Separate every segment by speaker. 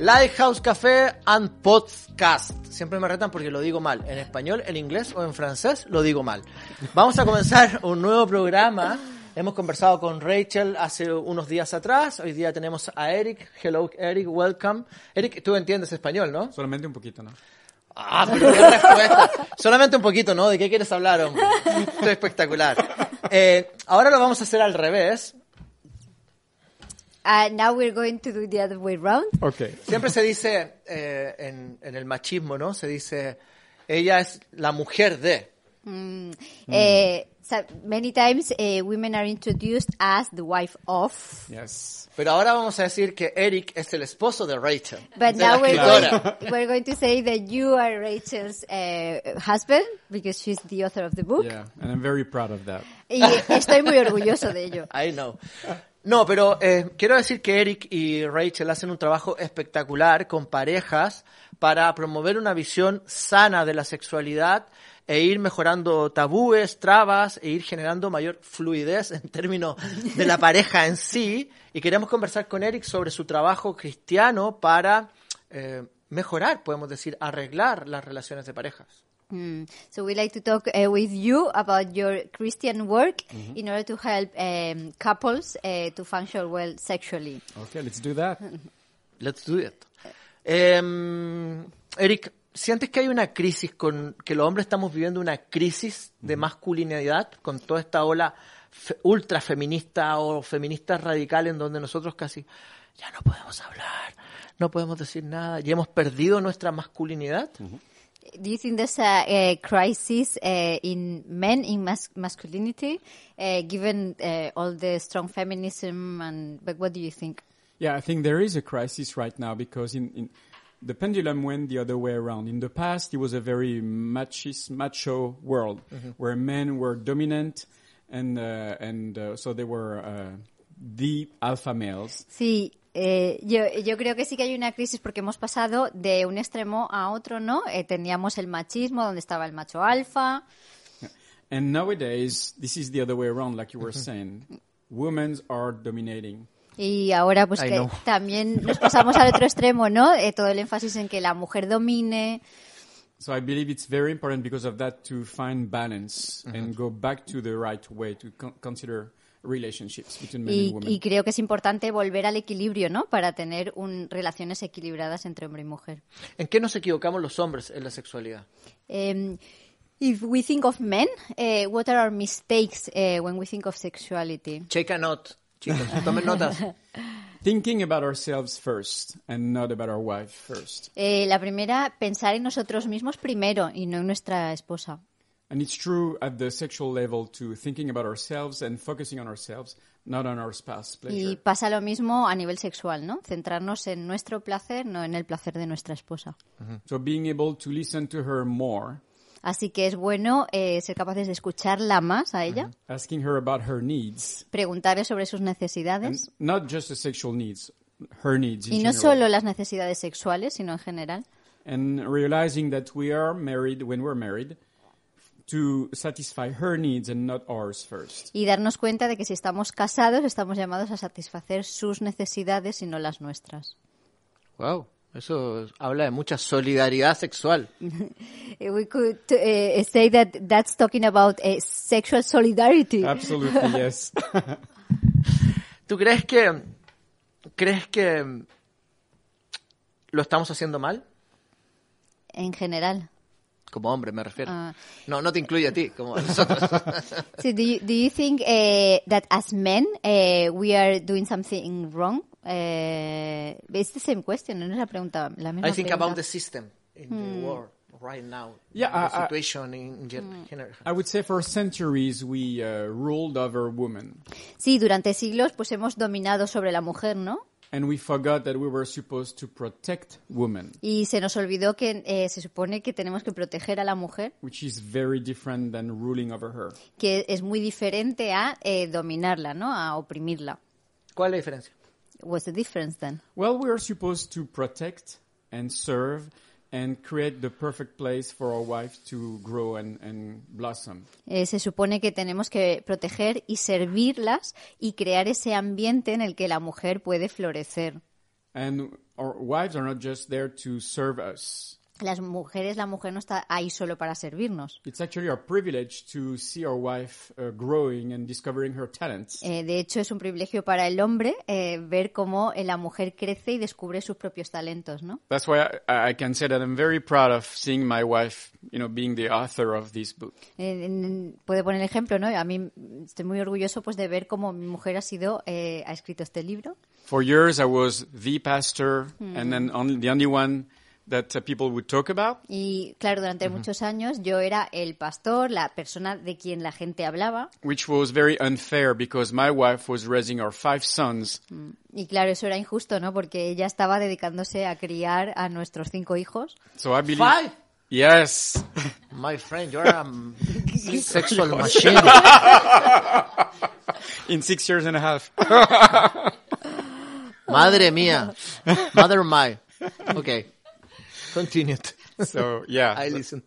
Speaker 1: Lighthouse Café and Podcast. Siempre me retan porque lo digo mal. En español, en inglés o en francés lo digo mal. Vamos a comenzar un nuevo programa. Hemos conversado con Rachel hace unos días atrás. Hoy día tenemos a Eric. Hello, Eric. Welcome. Eric, tú entiendes español, ¿no?
Speaker 2: Solamente un poquito, ¿no?
Speaker 1: Ah, pero qué respuesta. Solamente un poquito, ¿no? ¿De qué quieres hablar, hombre? Esto es espectacular. Eh, ahora lo vamos a hacer al revés.
Speaker 3: Uh, now we're going to do the other way round.
Speaker 2: Ok.
Speaker 1: Siempre se dice eh, en, en el machismo, ¿no? Se dice, ella es la mujer de.
Speaker 3: Mm. Eh, so many times eh, women are introduced as the wife of,
Speaker 2: Yes.
Speaker 1: Pero ahora vamos a decir que Eric es el esposo de Rachel.
Speaker 3: but
Speaker 1: de
Speaker 3: now
Speaker 1: la
Speaker 3: we're
Speaker 1: escritora.
Speaker 3: going, we're going to say that you are Rachel's uh, husband because she's the author of the book.
Speaker 2: Yeah, and I'm very proud of that.
Speaker 3: Y estoy muy orgulloso de ello.
Speaker 1: I know. No, pero eh, quiero decir que Eric y Rachel hacen un trabajo espectacular con parejas para promover una visión sana de la sexualidad e ir mejorando tabúes, trabas e ir generando mayor fluidez en términos de la pareja en sí. Y queremos conversar con Eric sobre su trabajo cristiano para eh, mejorar, podemos decir, arreglar las relaciones de parejas.
Speaker 3: Mm. So we like to talk uh, with you about your Christian work in order to help um, couples uh, to function well sexually.
Speaker 2: Okay, let's do that.
Speaker 1: Let's do it. Em, Eric, ¿sientes que hay una crisis con que los hombres estamos viviendo una crisis de masculinidad con toda esta ola fe- ultra feminista o feminista radical en donde nosotros casi ya no podemos hablar, no podemos decir nada y hemos perdido nuestra masculinidad?
Speaker 3: Do you think there's a, a crisis uh, in men in mas- masculinity, uh, given uh, all the strong feminism? And but what do you think?
Speaker 2: Yeah, I think there is a crisis right now because in, in the pendulum went the other way around. In the past, it was a very machis, macho world where men were dominant, and uh, and uh, so they were uh, the alpha males.
Speaker 3: Sí, eh, yo, yo creo que sí que hay una crisis porque hemos pasado de un extremo a otro, ¿no? Eh, teníamos el machismo, donde estaba el macho alfa.
Speaker 2: And nowadays, this is the other way around, like you were saying. Women are dominating.
Speaker 3: Y ahora pues
Speaker 1: Ay,
Speaker 3: que
Speaker 1: no.
Speaker 3: también nos pasamos al otro extremo, ¿no? Eh, todo el énfasis en que la mujer domine.
Speaker 2: So I believe it's very important because of that to find balance and go back to the right way to con- consider relationships between men
Speaker 3: Y,
Speaker 2: and women.
Speaker 3: y creo que es importante volver al equilibrio, ¿no? Para tener un, relaciones equilibradas entre hombre y mujer.
Speaker 1: ¿En qué nos equivocamos los hombres en la sexualidad?
Speaker 3: Um, if we think of men, eh, what are our mistakes eh, when we think of sexuality?
Speaker 1: Check a note, chicos, tomen notas.
Speaker 2: Thinking about ourselves first and not about our wife first.
Speaker 3: Eh, la primera, pensar en nosotros mismos primero y no en nuestra esposa.
Speaker 2: And it's true at the sexual level to thinking about ourselves and focusing on ourselves, not on our spouse's pleasure.
Speaker 3: Y pasa lo mismo a nivel sexual, ¿no? Centrarnos en nuestro placer, no en el placer de nuestra esposa.
Speaker 2: So being able to listen to her more,
Speaker 3: Así que es bueno eh, ser capaces de escucharla más a ella,
Speaker 2: asking her about her needs,
Speaker 3: preguntarle sobre sus
Speaker 2: and
Speaker 3: necesidades.
Speaker 2: not just the sexual needs, her needs in
Speaker 3: Y
Speaker 2: general.
Speaker 3: no solo las necesidades sexuales, sino en general.
Speaker 2: and realizing that we are married when we're married to satisfy her needs and not ours first.
Speaker 3: Y darnos cuenta de que si estamos casados, estamos llamados a satisfacer sus necesidades y no las nuestras.
Speaker 1: Wow, eso habla de mucha solidaridad sexual.
Speaker 3: Eh, We could eh, say that that's talking about eh, sexual solidarity.
Speaker 2: Absolutely, yes.
Speaker 1: ¿Tú crees que crees que mm, lo estamos haciendo mal?
Speaker 3: En general.
Speaker 1: Como hombre me refiero.
Speaker 3: Ah.
Speaker 1: No, no te incluye a ti, como a nosotros.
Speaker 3: So do you, do you think eh, that as men eh, we are doing something wrong? Eh, it's the same question, no es la pregunta, la misma
Speaker 1: I think
Speaker 3: pregunta.
Speaker 1: about the system in the world right now.
Speaker 2: Yeah,
Speaker 1: the
Speaker 2: I- I-
Speaker 1: situation in gen- general.
Speaker 2: I would say for centuries we uh, ruled over women,
Speaker 3: Sí, durante siglos pues hemos dominado sobre la mujer, ¿no?
Speaker 2: and we forgot that we were supposed to protect women,
Speaker 3: Y se nos olvidó que eh, se supone que tenemos que proteger a la mujer,
Speaker 2: which is very different than ruling over her.
Speaker 3: que es muy diferente a eh, dominarla, ¿no? A oprimirla.
Speaker 1: ¿Cuál es la diferencia?
Speaker 3: What's the difference then?
Speaker 2: Well, we are supposed to protect and serve and create the perfect place for our wife to grow and, and blossom.
Speaker 3: Eh, se supone que tenemos que proteger y servirlas y crear ese ambiente en el que la mujer puede florecer.
Speaker 2: and our wives are not just there to serve us.
Speaker 3: Las mujeres, la mujer no está ahí solo para servirnos.
Speaker 2: It's actually our privilege to see our wife uh, growing and discovering her talents.
Speaker 3: Eh, de hecho, es un privilegio para el hombre eh, ver cómo eh, la mujer crece y descubre sus propios talentos, ¿no?
Speaker 2: That's why I, I can say that I'm very proud of seeing my wife, you know, being the author of this book.
Speaker 3: Eh, en- puede poner el ejemplo, ¿no? A mí mm, estoy muy orgulloso pues de ver cómo mi mujer ha sido eh, ha escrito este libro.
Speaker 2: For years, I was the pastor,
Speaker 1: Hmm.
Speaker 2: and then only, the only one that uh, people would talk about.
Speaker 3: Y claro, durante muchos años yo era el pastor, la persona de quien la gente hablaba.
Speaker 2: which was very unfair because my wife was raising our five sons
Speaker 3: Y claro, eso era injusto, ¿no? Porque ella estaba dedicándose a criar a nuros cinco hijos.
Speaker 2: so i believe
Speaker 1: Five?
Speaker 2: yes
Speaker 1: My friend, you're a um, sexual machine.
Speaker 2: in six years and a half
Speaker 1: Madre mía. Mother my. Okay. Continued.
Speaker 2: so yeah
Speaker 1: I listened.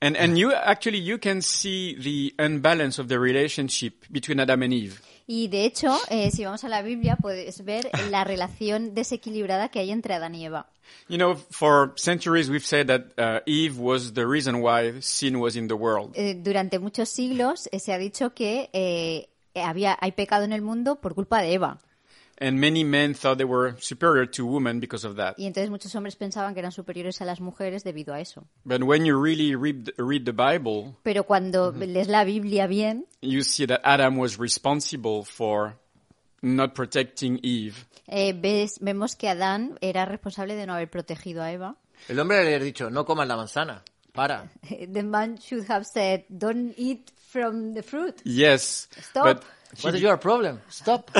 Speaker 2: and and you actually you can see the unbalance of the relationship between adam and eve
Speaker 3: Y de hecho, eh, si vamos a la Biblia, puedes ver la relación desequilibrada que hay entre Adán y Eva.
Speaker 2: you know for centuries we've said that uh, eve was the reason why sin was in the world
Speaker 3: Eh, durante muchos siglos eh, se ha dicho que eh, había, hay pecado en el mundo por culpa de Eva.
Speaker 2: and many men thought they were superior to women because of that
Speaker 3: Y entonces muchos hombres pensaban que eran superiores a las mujeres debido a eso.
Speaker 2: but when you really read, read the bible
Speaker 3: Pero cuando lees la Biblia bien,
Speaker 2: you see that adam was responsible for not protecting eve
Speaker 3: eh, ves, vemos que Adán era responsable de no haber protegido a Eva.
Speaker 1: El hombre le había dicho, no coman la manzana. Para.
Speaker 3: The man should have said, don't eat from the fruit.
Speaker 2: Yes.
Speaker 3: Stop.
Speaker 2: But
Speaker 1: What is your problem? Stop.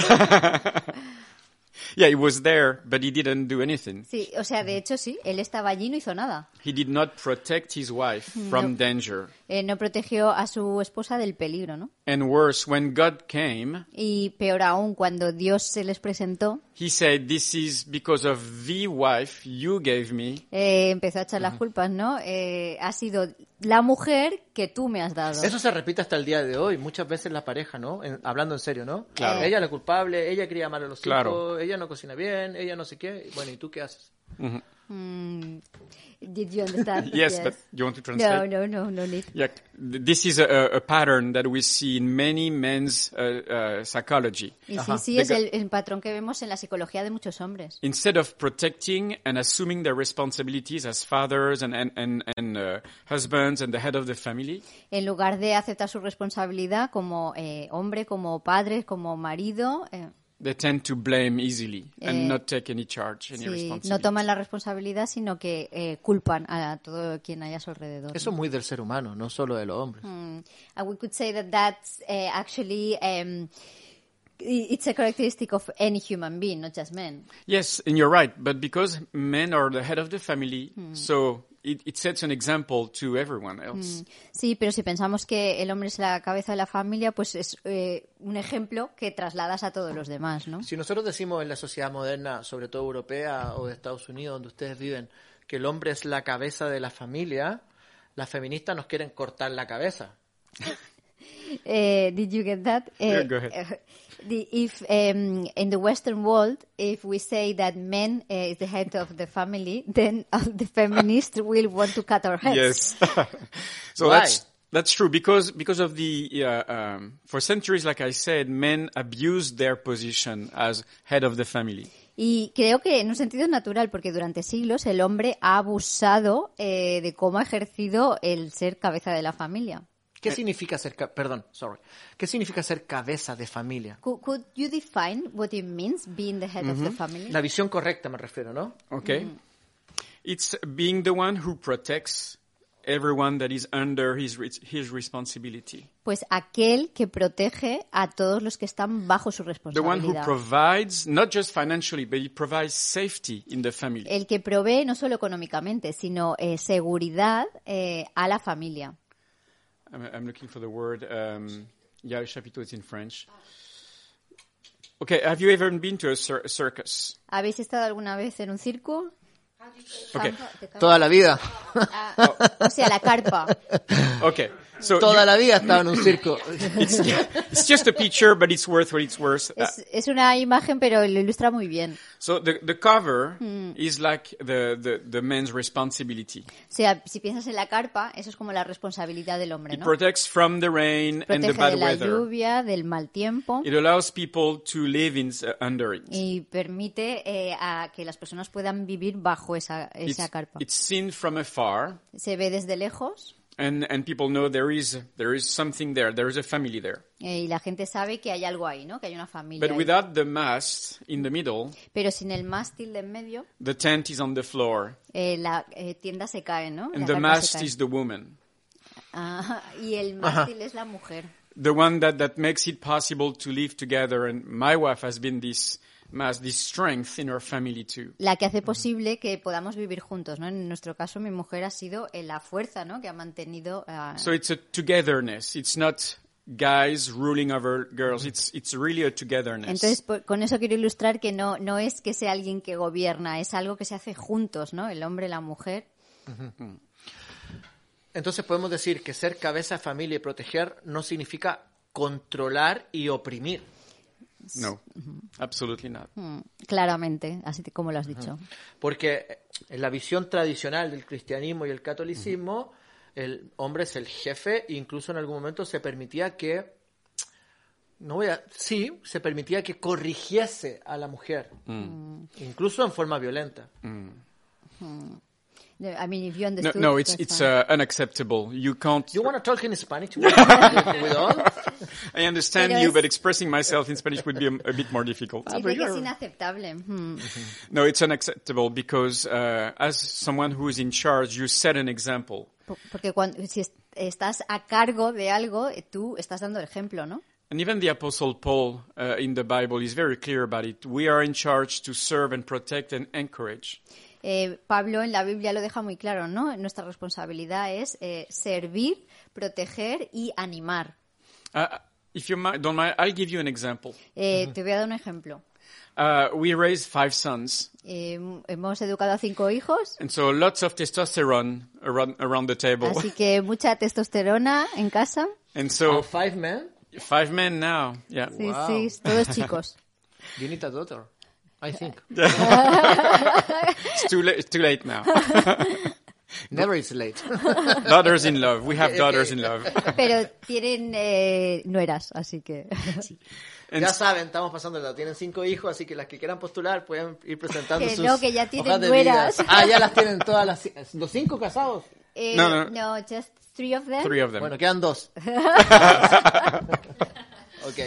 Speaker 2: yeah, he was there, but he didn't do anything.
Speaker 3: Sí, o sea, de hecho sí, él estaba allí y no hizo nada.
Speaker 2: He did not protect his wife from danger.
Speaker 3: Eh, no protegió a su esposa del peligro, ¿no?
Speaker 2: And worse, when God came,
Speaker 3: Y peor aún, cuando Dios se les presentó,
Speaker 2: he said, This is because of the wife you gave me.
Speaker 3: eh, empezó a echar las culpas, ¿no? Eh, ha sido la mujer que tú me has dado.
Speaker 1: Eso se repite hasta el día de hoy. Muchas veces la pareja, ¿no? En- hablando en serio, ¿no?
Speaker 2: Claro.
Speaker 1: Ella es la culpable, ella quería amar a los
Speaker 2: Claro.
Speaker 1: hijos, ella no cocina bien, ella no sé qué. Bueno, ¿y tú qué haces?
Speaker 3: Mm, Did you understand?
Speaker 2: Yes, but you want to translate?
Speaker 3: No, no, no, no need.
Speaker 2: Yeah, th- this is a, a pattern that we see in many men's uh, uh, psychology. Uh-huh.
Speaker 3: Y sí, sí, es el, el patrón que vemos en la psicología de muchos hombres.
Speaker 2: Instead of protecting and assuming their responsibilities as fathers and, and, and, and uh, husbands and the head of the family,
Speaker 3: En lugar de aceptar su responsabilidad como eh, hombre, como padre, como marido, eh,
Speaker 2: they tend to blame easily
Speaker 3: Eh,
Speaker 2: and not take any charge, any
Speaker 3: sí, no
Speaker 2: responsibility.
Speaker 3: toman la responsabilidad, sino que eh, culpan a todo quien haya a su alrededor.
Speaker 1: Eso es muy del ser humano, no solo de los hombres.
Speaker 3: Mm. And we could say that that's eh, actually um, i- it's a characteristic of any human being, not just men.
Speaker 2: Yes, and you're right, but because men are the head of the family,
Speaker 3: Hmm.
Speaker 2: so it, it sets an example to everyone
Speaker 3: Hmm.
Speaker 2: else.
Speaker 3: Sí, pero si pensamos que el hombre es la cabeza de la familia, pues es eh, un ejemplo que trasladas a todos los demás, ¿no?
Speaker 1: Si nosotros decimos en la sociedad moderna, sobre todo europea o de Estados Unidos, donde ustedes viven, que el hombre es la cabeza de la familia, las feministas nos quieren cortar la cabeza.
Speaker 3: Eh, did you get that?
Speaker 2: Yeah,
Speaker 3: Eh,
Speaker 2: go ahead.
Speaker 3: eh, the- if um, in the Western world, if we say that men eh, is the head of the family, then all the feminists will want to cut our
Speaker 2: Yes.
Speaker 3: heads.
Speaker 2: so
Speaker 1: Why?
Speaker 2: that's that's true because because of the uh, um, for centuries, like I said, men abused their position as head of the family.
Speaker 3: Y creo que en un sentido es natural, porque durante siglos el hombre ha abusado eh, de cómo ha ejercido el ser cabeza de la familia.
Speaker 1: ¿Qué significa ser, ca- perdón, sorry, qué significa ser cabeza de familia?
Speaker 3: Could, could you define what it means being the head
Speaker 2: Mm-hmm.
Speaker 3: of the family?
Speaker 1: La visión correcta me refiero, ¿no?
Speaker 2: Okay, it's being the one who protects everyone that is under his re- his responsibility.
Speaker 3: Pues aquel que protege a todos los que están bajo su
Speaker 2: The one who
Speaker 3: responsabilidad.
Speaker 2: provides, not just financially, but he provides safety in the family.
Speaker 3: El que provee no solo económicamente, sino eh, seguridad eh, a la familia.
Speaker 2: I'm, I'm looking for the word. Um, yeah, chapiteau is in French. Okay, have you ever been to a, cir- circus?
Speaker 3: ¿Habéis estado alguna vez en un circo?
Speaker 2: Okay,
Speaker 3: Campa- de campa-
Speaker 1: Toda la vida.
Speaker 3: Ah, o sea, la carpa.
Speaker 2: okay. So
Speaker 1: Toda
Speaker 2: you-
Speaker 1: la vida estaba en un circo.
Speaker 2: it's, it's just a picture, but it's worth what it's worth. Uh,
Speaker 3: Es, es una imagen, pero lo ilustra muy bien.
Speaker 2: so the, the cover
Speaker 3: Hmm.
Speaker 2: is like the, the, the man's responsibility.
Speaker 3: O sea, si piensas en la carpa, eso es como la responsabilidad del hombre,
Speaker 2: It
Speaker 3: ¿no?
Speaker 2: protects from the rain and the
Speaker 3: Protege de
Speaker 2: bad
Speaker 3: la
Speaker 2: weather.
Speaker 3: lluvia, del mal tiempo
Speaker 2: It allows people to live in, uh, under it.
Speaker 3: y permite eh, a que las personas puedan vivir bajo esa,
Speaker 2: It's,
Speaker 3: esa carpa.
Speaker 2: it's seen from afar,
Speaker 3: Se ve desde lejos
Speaker 2: and, and people know there is there is something there. There is a family there.
Speaker 3: eh, y la gente sabe que hay algo ahí, ¿no? Que hay una familia.
Speaker 2: But
Speaker 3: ahí.
Speaker 2: without the mast in the middle,
Speaker 3: Pero sin el mástil de en medio,
Speaker 2: the tent is on the floor,
Speaker 3: eh, la eh, tienda se cae, ¿no? La
Speaker 2: and the
Speaker 3: carpa se
Speaker 2: mast
Speaker 3: cae.
Speaker 2: is the woman,
Speaker 3: Ah, y el mástil es la mujer.
Speaker 2: the one that that makes it possible to live together. And my wife has been this mast, this strength in her family too.
Speaker 3: La que hace posible que podamos vivir juntos, ¿no? En nuestro caso, mi mujer ha sido eh, la fuerza, ¿no? Que ha mantenido... ah,
Speaker 2: So it's a togetherness. It's not guys ruling over girls. It's it's really a togetherness.
Speaker 3: Entonces, por- con eso quiero ilustrar que no, no es que sea alguien que gobierna, es algo que se hace juntos, ¿no? El hombre, la mujer.
Speaker 1: Entonces podemos decir que ser cabeza de familia y proteger no significa controlar y oprimir.
Speaker 2: No,
Speaker 1: Mm-hmm.
Speaker 2: absolutely not.
Speaker 3: Mm, claramente, así te- como lo has dicho.
Speaker 1: Porque en la visión tradicional del cristianismo y el catolicismo, el hombre es el jefe, e incluso en algún momento se permitía que, no voy a, sí, se permitía que corrigiese a la mujer, incluso en forma violenta.
Speaker 3: I mean, if you
Speaker 2: No,
Speaker 3: understood,
Speaker 2: no, it's
Speaker 3: that's
Speaker 2: it's
Speaker 3: fine.
Speaker 2: uh, unacceptable. You can't.
Speaker 1: You want to talk in Spanish with all?
Speaker 2: I understand
Speaker 3: Pero
Speaker 2: you,
Speaker 3: es-
Speaker 2: but expressing myself in Spanish would be a, a bit more difficult.
Speaker 3: Sí, creo que es inaceptable. Mm.
Speaker 2: No, it's unacceptable because uh, as someone who is in charge, you set an example,
Speaker 3: Po- Porque cuando, si es- estás a cargo de algo, eh, tú estás dando el ejemplo, ¿no?
Speaker 2: and even the Apostle Paul uh, in the Bible is very clear about it. We are in charge to serve and protect and encourage.
Speaker 3: Eh, Pablo en la Biblia lo deja muy claro, ¿no? Nuestra responsabilidad es eh, servir, proteger y animar.
Speaker 2: Uh, if you mi- don't mind, I'll give you an example.
Speaker 3: Eh, Te voy a dar un ejemplo.
Speaker 2: Uh, we raised five sons,
Speaker 3: Eh, hemos educado a cinco hijos
Speaker 2: and so lots of testosterone around, around the table.
Speaker 3: Así que mucha testosterona en casa.
Speaker 2: And so
Speaker 1: Five men,
Speaker 2: five men now, yeah.
Speaker 3: Sí,
Speaker 1: Wow.
Speaker 3: sí, todos chicos.
Speaker 1: you need a daughter, I think.
Speaker 2: It's too late. Too late now.
Speaker 1: Never is late.
Speaker 2: daughters in love. We have daughters in love.
Speaker 3: Pero tienen eh, nueras, así que.
Speaker 2: And
Speaker 1: ya saben, estamos pasando la Tienen cinco hijos, así que las que quieran postular pueden ir presentando
Speaker 3: Que
Speaker 1: sus
Speaker 3: no, que ya tienen
Speaker 1: hojas de
Speaker 3: nueras.
Speaker 1: vida. Ah, ya las tienen todas las... ¿Los cinco casados?
Speaker 3: Eh,
Speaker 2: No,
Speaker 3: no,
Speaker 2: no.
Speaker 3: just three of them.
Speaker 2: three of them.
Speaker 1: Bueno, quedan dos. ok.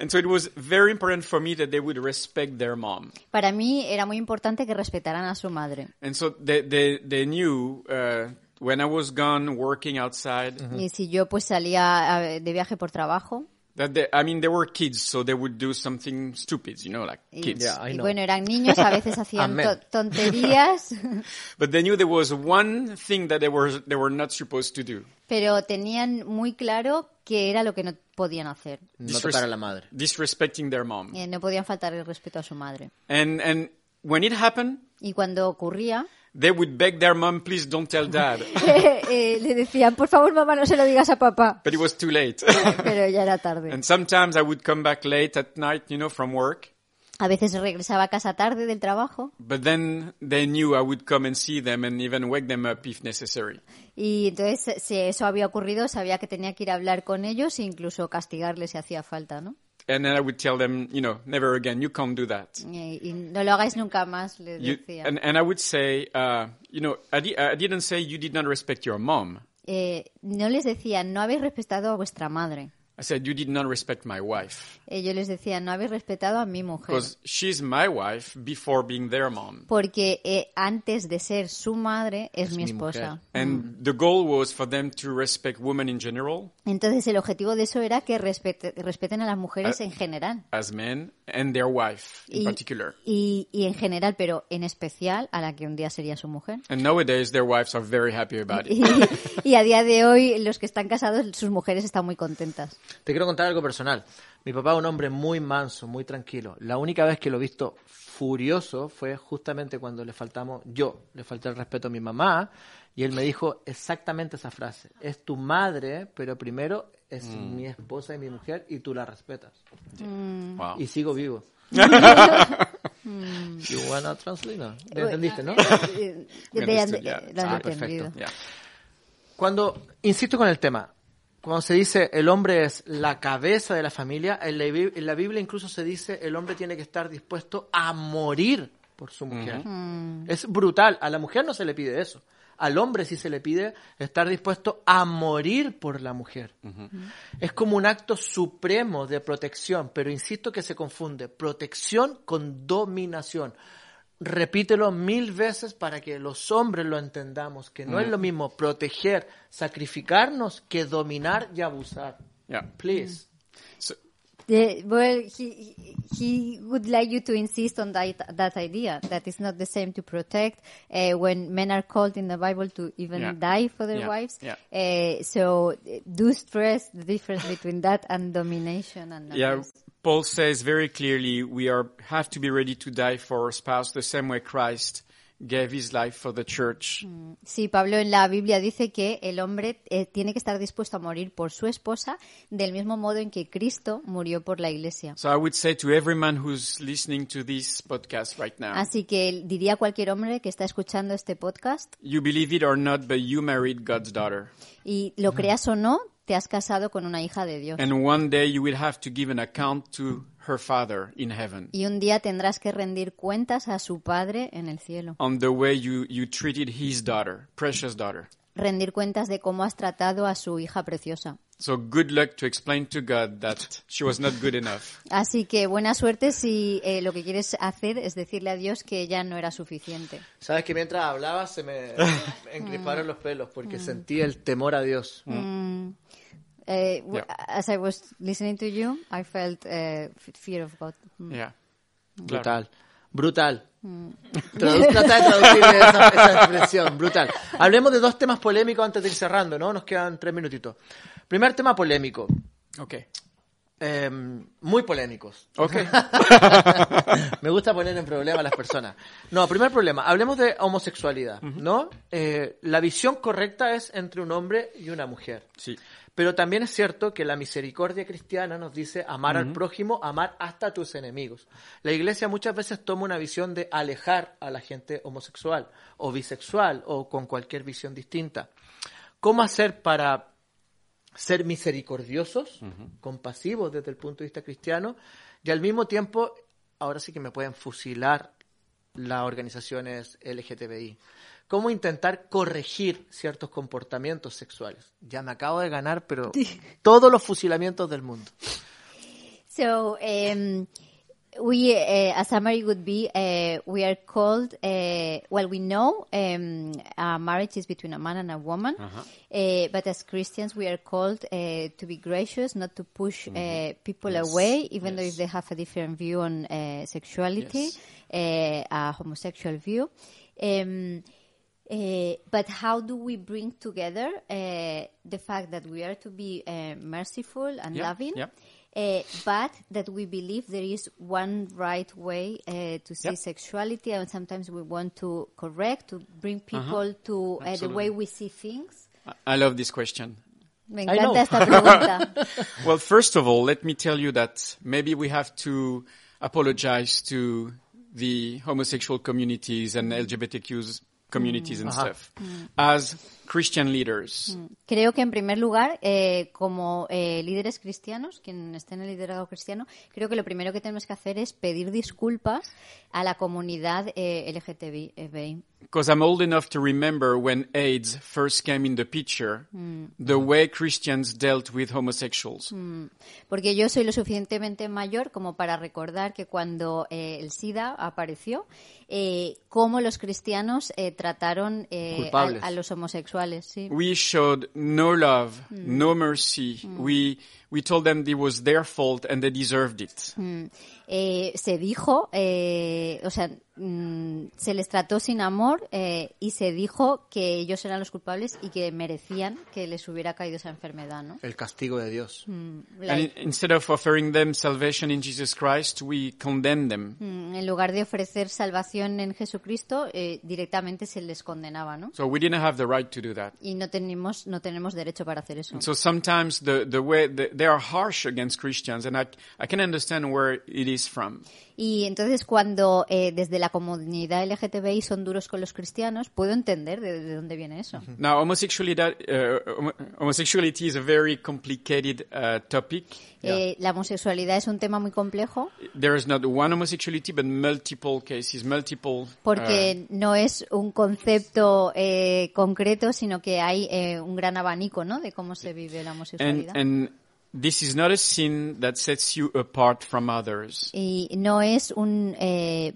Speaker 2: And so it was very important for me that they would respect their mom.
Speaker 3: Para mí era muy importante que respetaran a su madre.
Speaker 2: And so they they they knew uh, when I was gone working outside
Speaker 3: Y si yo pues salía a- de viaje por trabajo.
Speaker 2: that they, I mean they were kids, so they would do something stupid, you know, like
Speaker 3: Y,
Speaker 2: kids.
Speaker 1: Yeah, I
Speaker 3: y
Speaker 1: know.
Speaker 3: bueno, eran niños, a veces hacían
Speaker 1: Amén.
Speaker 3: to- tonterías,
Speaker 2: But they knew there was one thing that they were they were not supposed to do.
Speaker 3: pero tenían muy claro que era lo que no podían hacer.
Speaker 1: No
Speaker 2: Disres-
Speaker 1: tocar a la madre.
Speaker 2: Disrespecting their mom.
Speaker 3: Eh, no podían faltar el respeto a su madre.
Speaker 2: And and when it happened,
Speaker 3: Y cuando ocurría,
Speaker 2: they would beg their mom, please don't tell dad.
Speaker 3: Eh, eh, le decían, por favor, mamá, no se lo digas a papá.
Speaker 2: but it was too late.
Speaker 3: Pero ya era tarde.
Speaker 2: And sometimes I would come back late at night, you know, from work.
Speaker 3: A veces regresaba a casa tarde del trabajo
Speaker 2: But then they knew I would come and see them and even wake them up if necessary.
Speaker 3: y entonces, si eso había ocurrido, sabía que tenía que ir a hablar con ellos e incluso castigarles si hacía falta, ¿no?
Speaker 2: And then I would tell them, you know, never again, you can't do that.
Speaker 3: Eh, Y, no lo hagáis nunca más, les
Speaker 2: You,
Speaker 3: decía.
Speaker 2: and, and I would say, uh, you know, I, di- I didn't say you did not respect your mom.
Speaker 3: Eh, no les decía, no habéis respetado a vuestra madre.
Speaker 2: I said, you did not respect my wife.
Speaker 3: Eh, yo les decía, no habéis respetado a mi mujer.
Speaker 2: Because she's my wife before being their mom.
Speaker 3: Porque eh, antes de ser su madre, es, mi esposa.
Speaker 2: And
Speaker 3: Mm.
Speaker 2: the goal was for them to respect women in general,
Speaker 3: Entonces, el objetivo de eso era que respete- respeten a las mujeres en general.
Speaker 2: as men, and their wife in
Speaker 3: y,
Speaker 2: particular.
Speaker 3: Y, y en general, pero en especial a la que un día sería su mujer.
Speaker 2: And nowadays, their wives are very happy about it.
Speaker 3: Y, y a día de hoy, los que están casados, sus mujeres están muy contentas.
Speaker 1: Te quiero contar algo personal. Mi papá es un hombre muy manso, muy tranquilo. La única vez que lo he visto furioso fue justamente cuando le faltamos, yo le falté el respeto a mi mamá y él me dijo exactamente esa frase. Es tu madre, pero primero es mi esposa y mi mujer y tú la respetas.
Speaker 4: Wow.
Speaker 1: Y sigo vivo. you wanna translate? No. ¿Me entendiste, no?
Speaker 3: Eh,
Speaker 4: We
Speaker 3: they
Speaker 4: understood, yeah.
Speaker 3: under- lo han
Speaker 1: Ah,
Speaker 3: entendido.
Speaker 4: Yeah.
Speaker 1: Cuando, insisto con el tema, cuando se dice el hombre es la cabeza de la familia, en la, Bi- en la Biblia incluso se dice el hombre tiene que estar dispuesto a morir por su mujer. Es brutal, a la mujer no se le pide eso, al hombre sí se le pide estar dispuesto a morir por la mujer. Es como un acto supremo de protección, pero insisto que se confunde protección con dominación. Repítelo mil veces para que los hombres lo entendamos, que no es lo mismo proteger, sacrificarnos, que dominar y abusar.
Speaker 4: Yeah.
Speaker 1: Please.
Speaker 3: The- well, he, he he would like you to insist on that that idea that it's not the same to protect uh, when men are called in the Bible to even
Speaker 4: Yeah.
Speaker 3: die for their
Speaker 4: Yeah.
Speaker 3: wives.
Speaker 4: Yeah.
Speaker 3: Uh, so uh, do stress the difference between that and domination and
Speaker 2: Yeah,
Speaker 3: abuse.
Speaker 2: Paul says very clearly we are have to be ready to die for our spouse the same way Christ gave his life for the church.
Speaker 3: Sí, Pablo en la Biblia dice que el hombre eh, tiene que estar dispuesto a morir por su esposa del mismo modo en que Cristo murió por la iglesia.
Speaker 2: So I would say to every man who's listening to this podcast right now,
Speaker 3: Así que diría a cualquier hombre que está escuchando este podcast
Speaker 2: you believe it or not, but you married God's daughter.
Speaker 3: y lo creas o no, te has casado con una hija de Dios.
Speaker 2: And one day you will have to give an account to her father in heaven
Speaker 3: Y un día tendrás que rendir cuentas a su padre en el cielo.
Speaker 2: on the way you, you treated his daughter, precious daughter.
Speaker 3: Rendir cuentas de cómo has tratado a su hija preciosa.
Speaker 2: So good luck to explain to God that she was not good enough.
Speaker 3: Así que buena suerte si eh, lo que quieres hacer es decirle a Dios que ella no era suficiente.
Speaker 1: Sabes que mientras hablaba se me encrisparon los pelos porque sentí el temor a Dios.
Speaker 3: Eh, w-
Speaker 2: Yeah.
Speaker 3: As I was listening to you, I felt eh, f- fear of God. Mm.
Speaker 2: Yeah.
Speaker 1: Brutal. Brutal. Tradu- trata de traducir esa, esa expresión. Brutal. Hablemos de dos temas polémicos antes de ir cerrando, ¿no? Nos quedan tres minutitos. Primer tema polémico.
Speaker 2: Okay.
Speaker 1: Eh, muy polémicos.
Speaker 2: Okay.
Speaker 1: Me gusta poner en problema a las personas. No, primer problema. Hablemos de homosexualidad, ¿no? Eh, la visión correcta es entre un hombre y una mujer.
Speaker 2: Sí.
Speaker 1: Pero también es cierto que la misericordia cristiana nos dice amar al prójimo, amar hasta a tus enemigos. La iglesia muchas veces toma una visión de alejar a la gente homosexual o bisexual o con cualquier visión distinta. ¿Cómo hacer para ser misericordiosos, compasivos desde el punto de vista cristiano y al mismo tiempo, ahora sí que me pueden fusilar las organizaciones LGTBI. ¿Cómo intentar corregir ciertos comportamientos sexuales? Ya me acabo de ganar, pero todos los fusilamientos del mundo.
Speaker 3: So um, we, uh, a summary would be: uh, we are called. Uh, well, we know um, uh, marriage is between a man and a woman,
Speaker 2: Uh-huh.
Speaker 3: uh but as Christians, we are called uh, to be gracious, not to push
Speaker 2: Mm-hmm.
Speaker 3: uh, people away, even though if they have a different view on uh, sexuality, uh, a homosexual view. Um, uh, but how do we bring together uh, the fact that we are to be uh, merciful and
Speaker 2: Yeah,
Speaker 3: loving,
Speaker 2: yeah.
Speaker 3: uh, but that we believe there is one right way uh, to see
Speaker 2: Yep.
Speaker 3: sexuality, and sometimes we want to correct, to bring
Speaker 1: Uh-huh.
Speaker 3: people to uh, the way we see things.
Speaker 2: I- I love this question.
Speaker 3: Me
Speaker 1: I know.
Speaker 3: encanta esta pregunta.
Speaker 2: Well, first of all, let me tell you that maybe we have to apologize to the homosexual communities and LGBTQs communities and stuff as Christian leaders.
Speaker 3: Creo que en primer lugar, eh, como eh, líderes cristianos, quien esté en el liderazgo cristiano, creo que lo primero que tenemos que hacer es pedir disculpas a la comunidad eh, LGTBI.
Speaker 2: Because I'm old enough to remember when AIDS first came in the picture, the way Christians dealt with homosexuals.
Speaker 3: Porque yo soy lo suficientemente mayor como para recordar que cuando eh, el SIDA apareció, eh, cómo los cristianos eh, trataron eh, a,
Speaker 1: Culpables.
Speaker 3: a los homosexuales. Sí.
Speaker 2: Mm. We showed no love, no mercy. We we told them it was their fault and they deserved it.
Speaker 3: Eh, se dijo, eh, o sea, mm, se les trató sin amor eh, y se dijo que ellos eran los culpables y que merecían que les hubiera caído esa enfermedad, ¿no?
Speaker 1: El castigo de Dios.
Speaker 3: Like,
Speaker 2: And in, instead of offering them salvation in Jesus Christ, we condemn them.
Speaker 3: mm, en lugar de ofrecer salvación en Jesucristo, eh, directamente se les condenaba, ¿no?
Speaker 2: So we didn't have the right to do that.
Speaker 3: Y no tenemos, no tenemos derecho para hacer eso.
Speaker 2: And so sometimes the, the way the, they are harsh against Christians, and I, I can understand where it is from.
Speaker 3: Y entonces cuando eh, desde la comunidad LGTBI son duros con los cristianos, puedo entender de, de dónde viene eso.
Speaker 2: Now, homosexuality, that, uh, homo- homosexuality is a very complicated uh, topic.
Speaker 3: Eh, la homosexualidad es un tema muy complejo
Speaker 2: There is not one homosexuality, but multiple cases, multiple. uh,
Speaker 3: porque no es un concepto eh, concreto, sino que hay eh, un gran abanico ¿no? de cómo se vive la
Speaker 2: and,
Speaker 3: homosexualidad.
Speaker 2: and this is not a sin that sets you apart from others.
Speaker 3: y no es un... eh,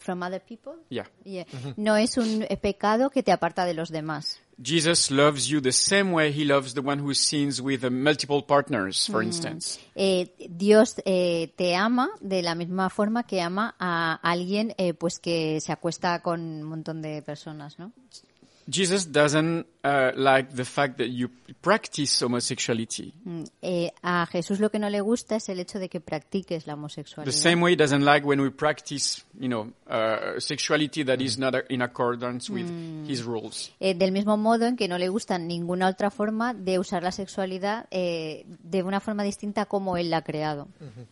Speaker 3: From other people,
Speaker 2: Yeah.
Speaker 3: Yeah. no es un eh, pecado que te aparta de los demás.
Speaker 2: Jesus loves you the same way he loves the one who sins with uh, multiple partners, for instance.
Speaker 3: Eh, Dios eh, te ama de la misma forma que ama a alguien eh, pues que se acuesta con un montón de personas, ¿no?
Speaker 2: Jesus doesn't uh, like the fact that you practice homosexuality.
Speaker 3: Mm, eh, a Jesús lo que no le gusta es el hecho de que practiques la
Speaker 2: The
Speaker 3: homosexualidad.
Speaker 2: same way he doesn't like when we practice, you know, uh, sexuality that is not a- in accordance with his rules.
Speaker 3: Eh, del mismo modo en que no le gusta ninguna otra forma de usar la sexualidad eh, de una forma distinta a como Él la ha creado.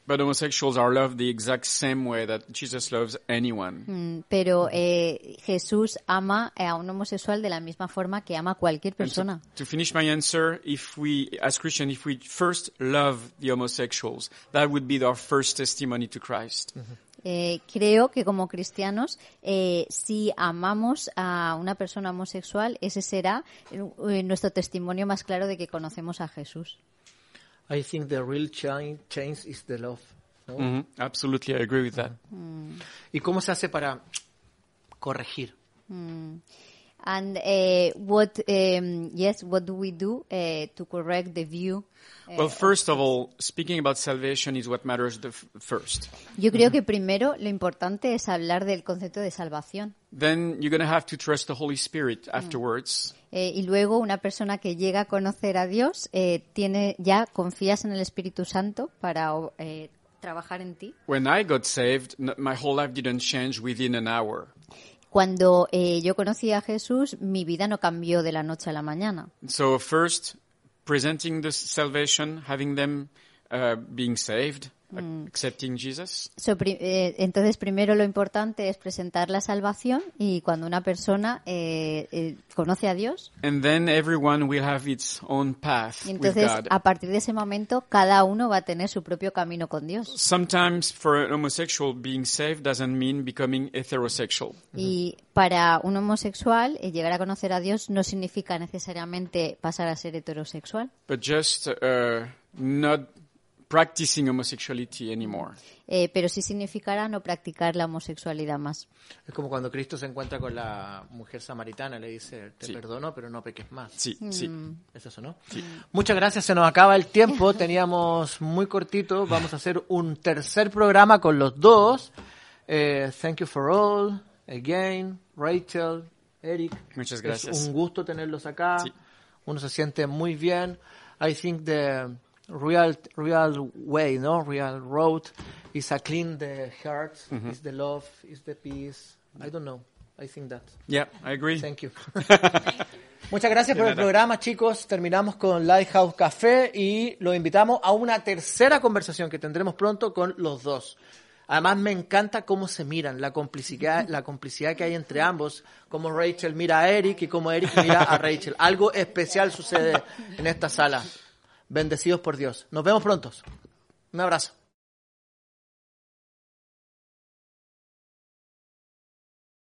Speaker 2: But homosexuals are loved the exact same way that Jesus loves anyone.
Speaker 3: Mm, Pero eh, Jesús ama a un homosexual de la misma forma que ama a cualquier
Speaker 2: And so,
Speaker 3: persona.
Speaker 2: to finish my answer, if we, as Christian, if we first love the homosexuals, that would be our first testimony to Christ.
Speaker 3: Eh, creo que como cristianos, eh, si amamos a una persona homosexual, ese será eh, nuestro testimonio más claro de que conocemos a Jesús.
Speaker 1: I think the real change, change is the love. ¿no?
Speaker 2: Mhm. Absolutely, I agree with that.
Speaker 1: ¿Y cómo se hace para corregir?
Speaker 3: And eh, what, em, yes, what do we do eh, to correct the view? Eh,
Speaker 2: Well, first of all, speaking about salvation is what matters the f- first.
Speaker 3: yo creo que primero lo importante es hablar del concepto de salvación.
Speaker 2: Then you're going to have to trust the Holy
Speaker 3: Mm.
Speaker 2: Spirit afterwards.
Speaker 3: Eh, y luego una persona que llega a conocer a Dios eh, tiene ya confías en el Espíritu Santo para o- eh, trabajar en ti.
Speaker 2: When I got saved, n- my whole life didn't change within an hour.
Speaker 3: Cuando eh, yo conocí a Jesús, mi vida no cambió de la noche a la mañana.
Speaker 2: So first, presenting the s- salvation, having them uh, being saved, ac-
Speaker 3: Mm.
Speaker 2: accepting Jesus.
Speaker 3: So, pri- eh, entonces, primero lo importante es presentar la salvación y cuando una persona eh, eh, conoce a Dios,
Speaker 2: And then everyone will have its own path with
Speaker 3: y entonces
Speaker 2: God.
Speaker 3: a partir de ese momento cada uno va a tener su propio camino con Dios.
Speaker 2: Sometimes for an homosexual, being saved doesn't mean becoming heterosexual.
Speaker 3: Y para un homosexual, eh, llegar a conocer a Dios no significa necesariamente pasar a ser heterosexual.
Speaker 2: but just uh, not practicing homosexuality anymore.
Speaker 3: eh, pero sí significará no practicar la homosexualidad más.
Speaker 1: Es como cuando Cristo se encuentra con la mujer samaritana, le dice, te
Speaker 2: Sí.
Speaker 1: perdono, pero no peques más.
Speaker 2: Sí, sí.
Speaker 1: ¿Es eso, no? Muchas gracias, se nos acaba el tiempo, teníamos muy cortito, vamos a hacer un tercer programa con los dos. Eh, thank you for all, again, Rachel, Eric.
Speaker 2: Muchas
Speaker 1: Es
Speaker 2: gracias.
Speaker 1: un gusto tenerlos acá,
Speaker 2: Sí.
Speaker 1: uno se siente muy bien. I think the real, real way, no? Real road is a clean the heart, is the love, is the peace. I don't know, I think that.
Speaker 2: Yeah, I agree.
Speaker 1: Thank you. Muchas gracias por el programa, chicos. Terminamos con Lighthouse Café y los invitamos a una tercera conversación que tendremos pronto con los dos. Además, me encanta cómo se miran, la complicidad, la complicidad que hay entre ambos, cómo Rachel mira a Eric y cómo Eric mira a Rachel. Algo especial sucede en esta sala. Bendecidos por Dios. Nos vemos pronto. Un abrazo.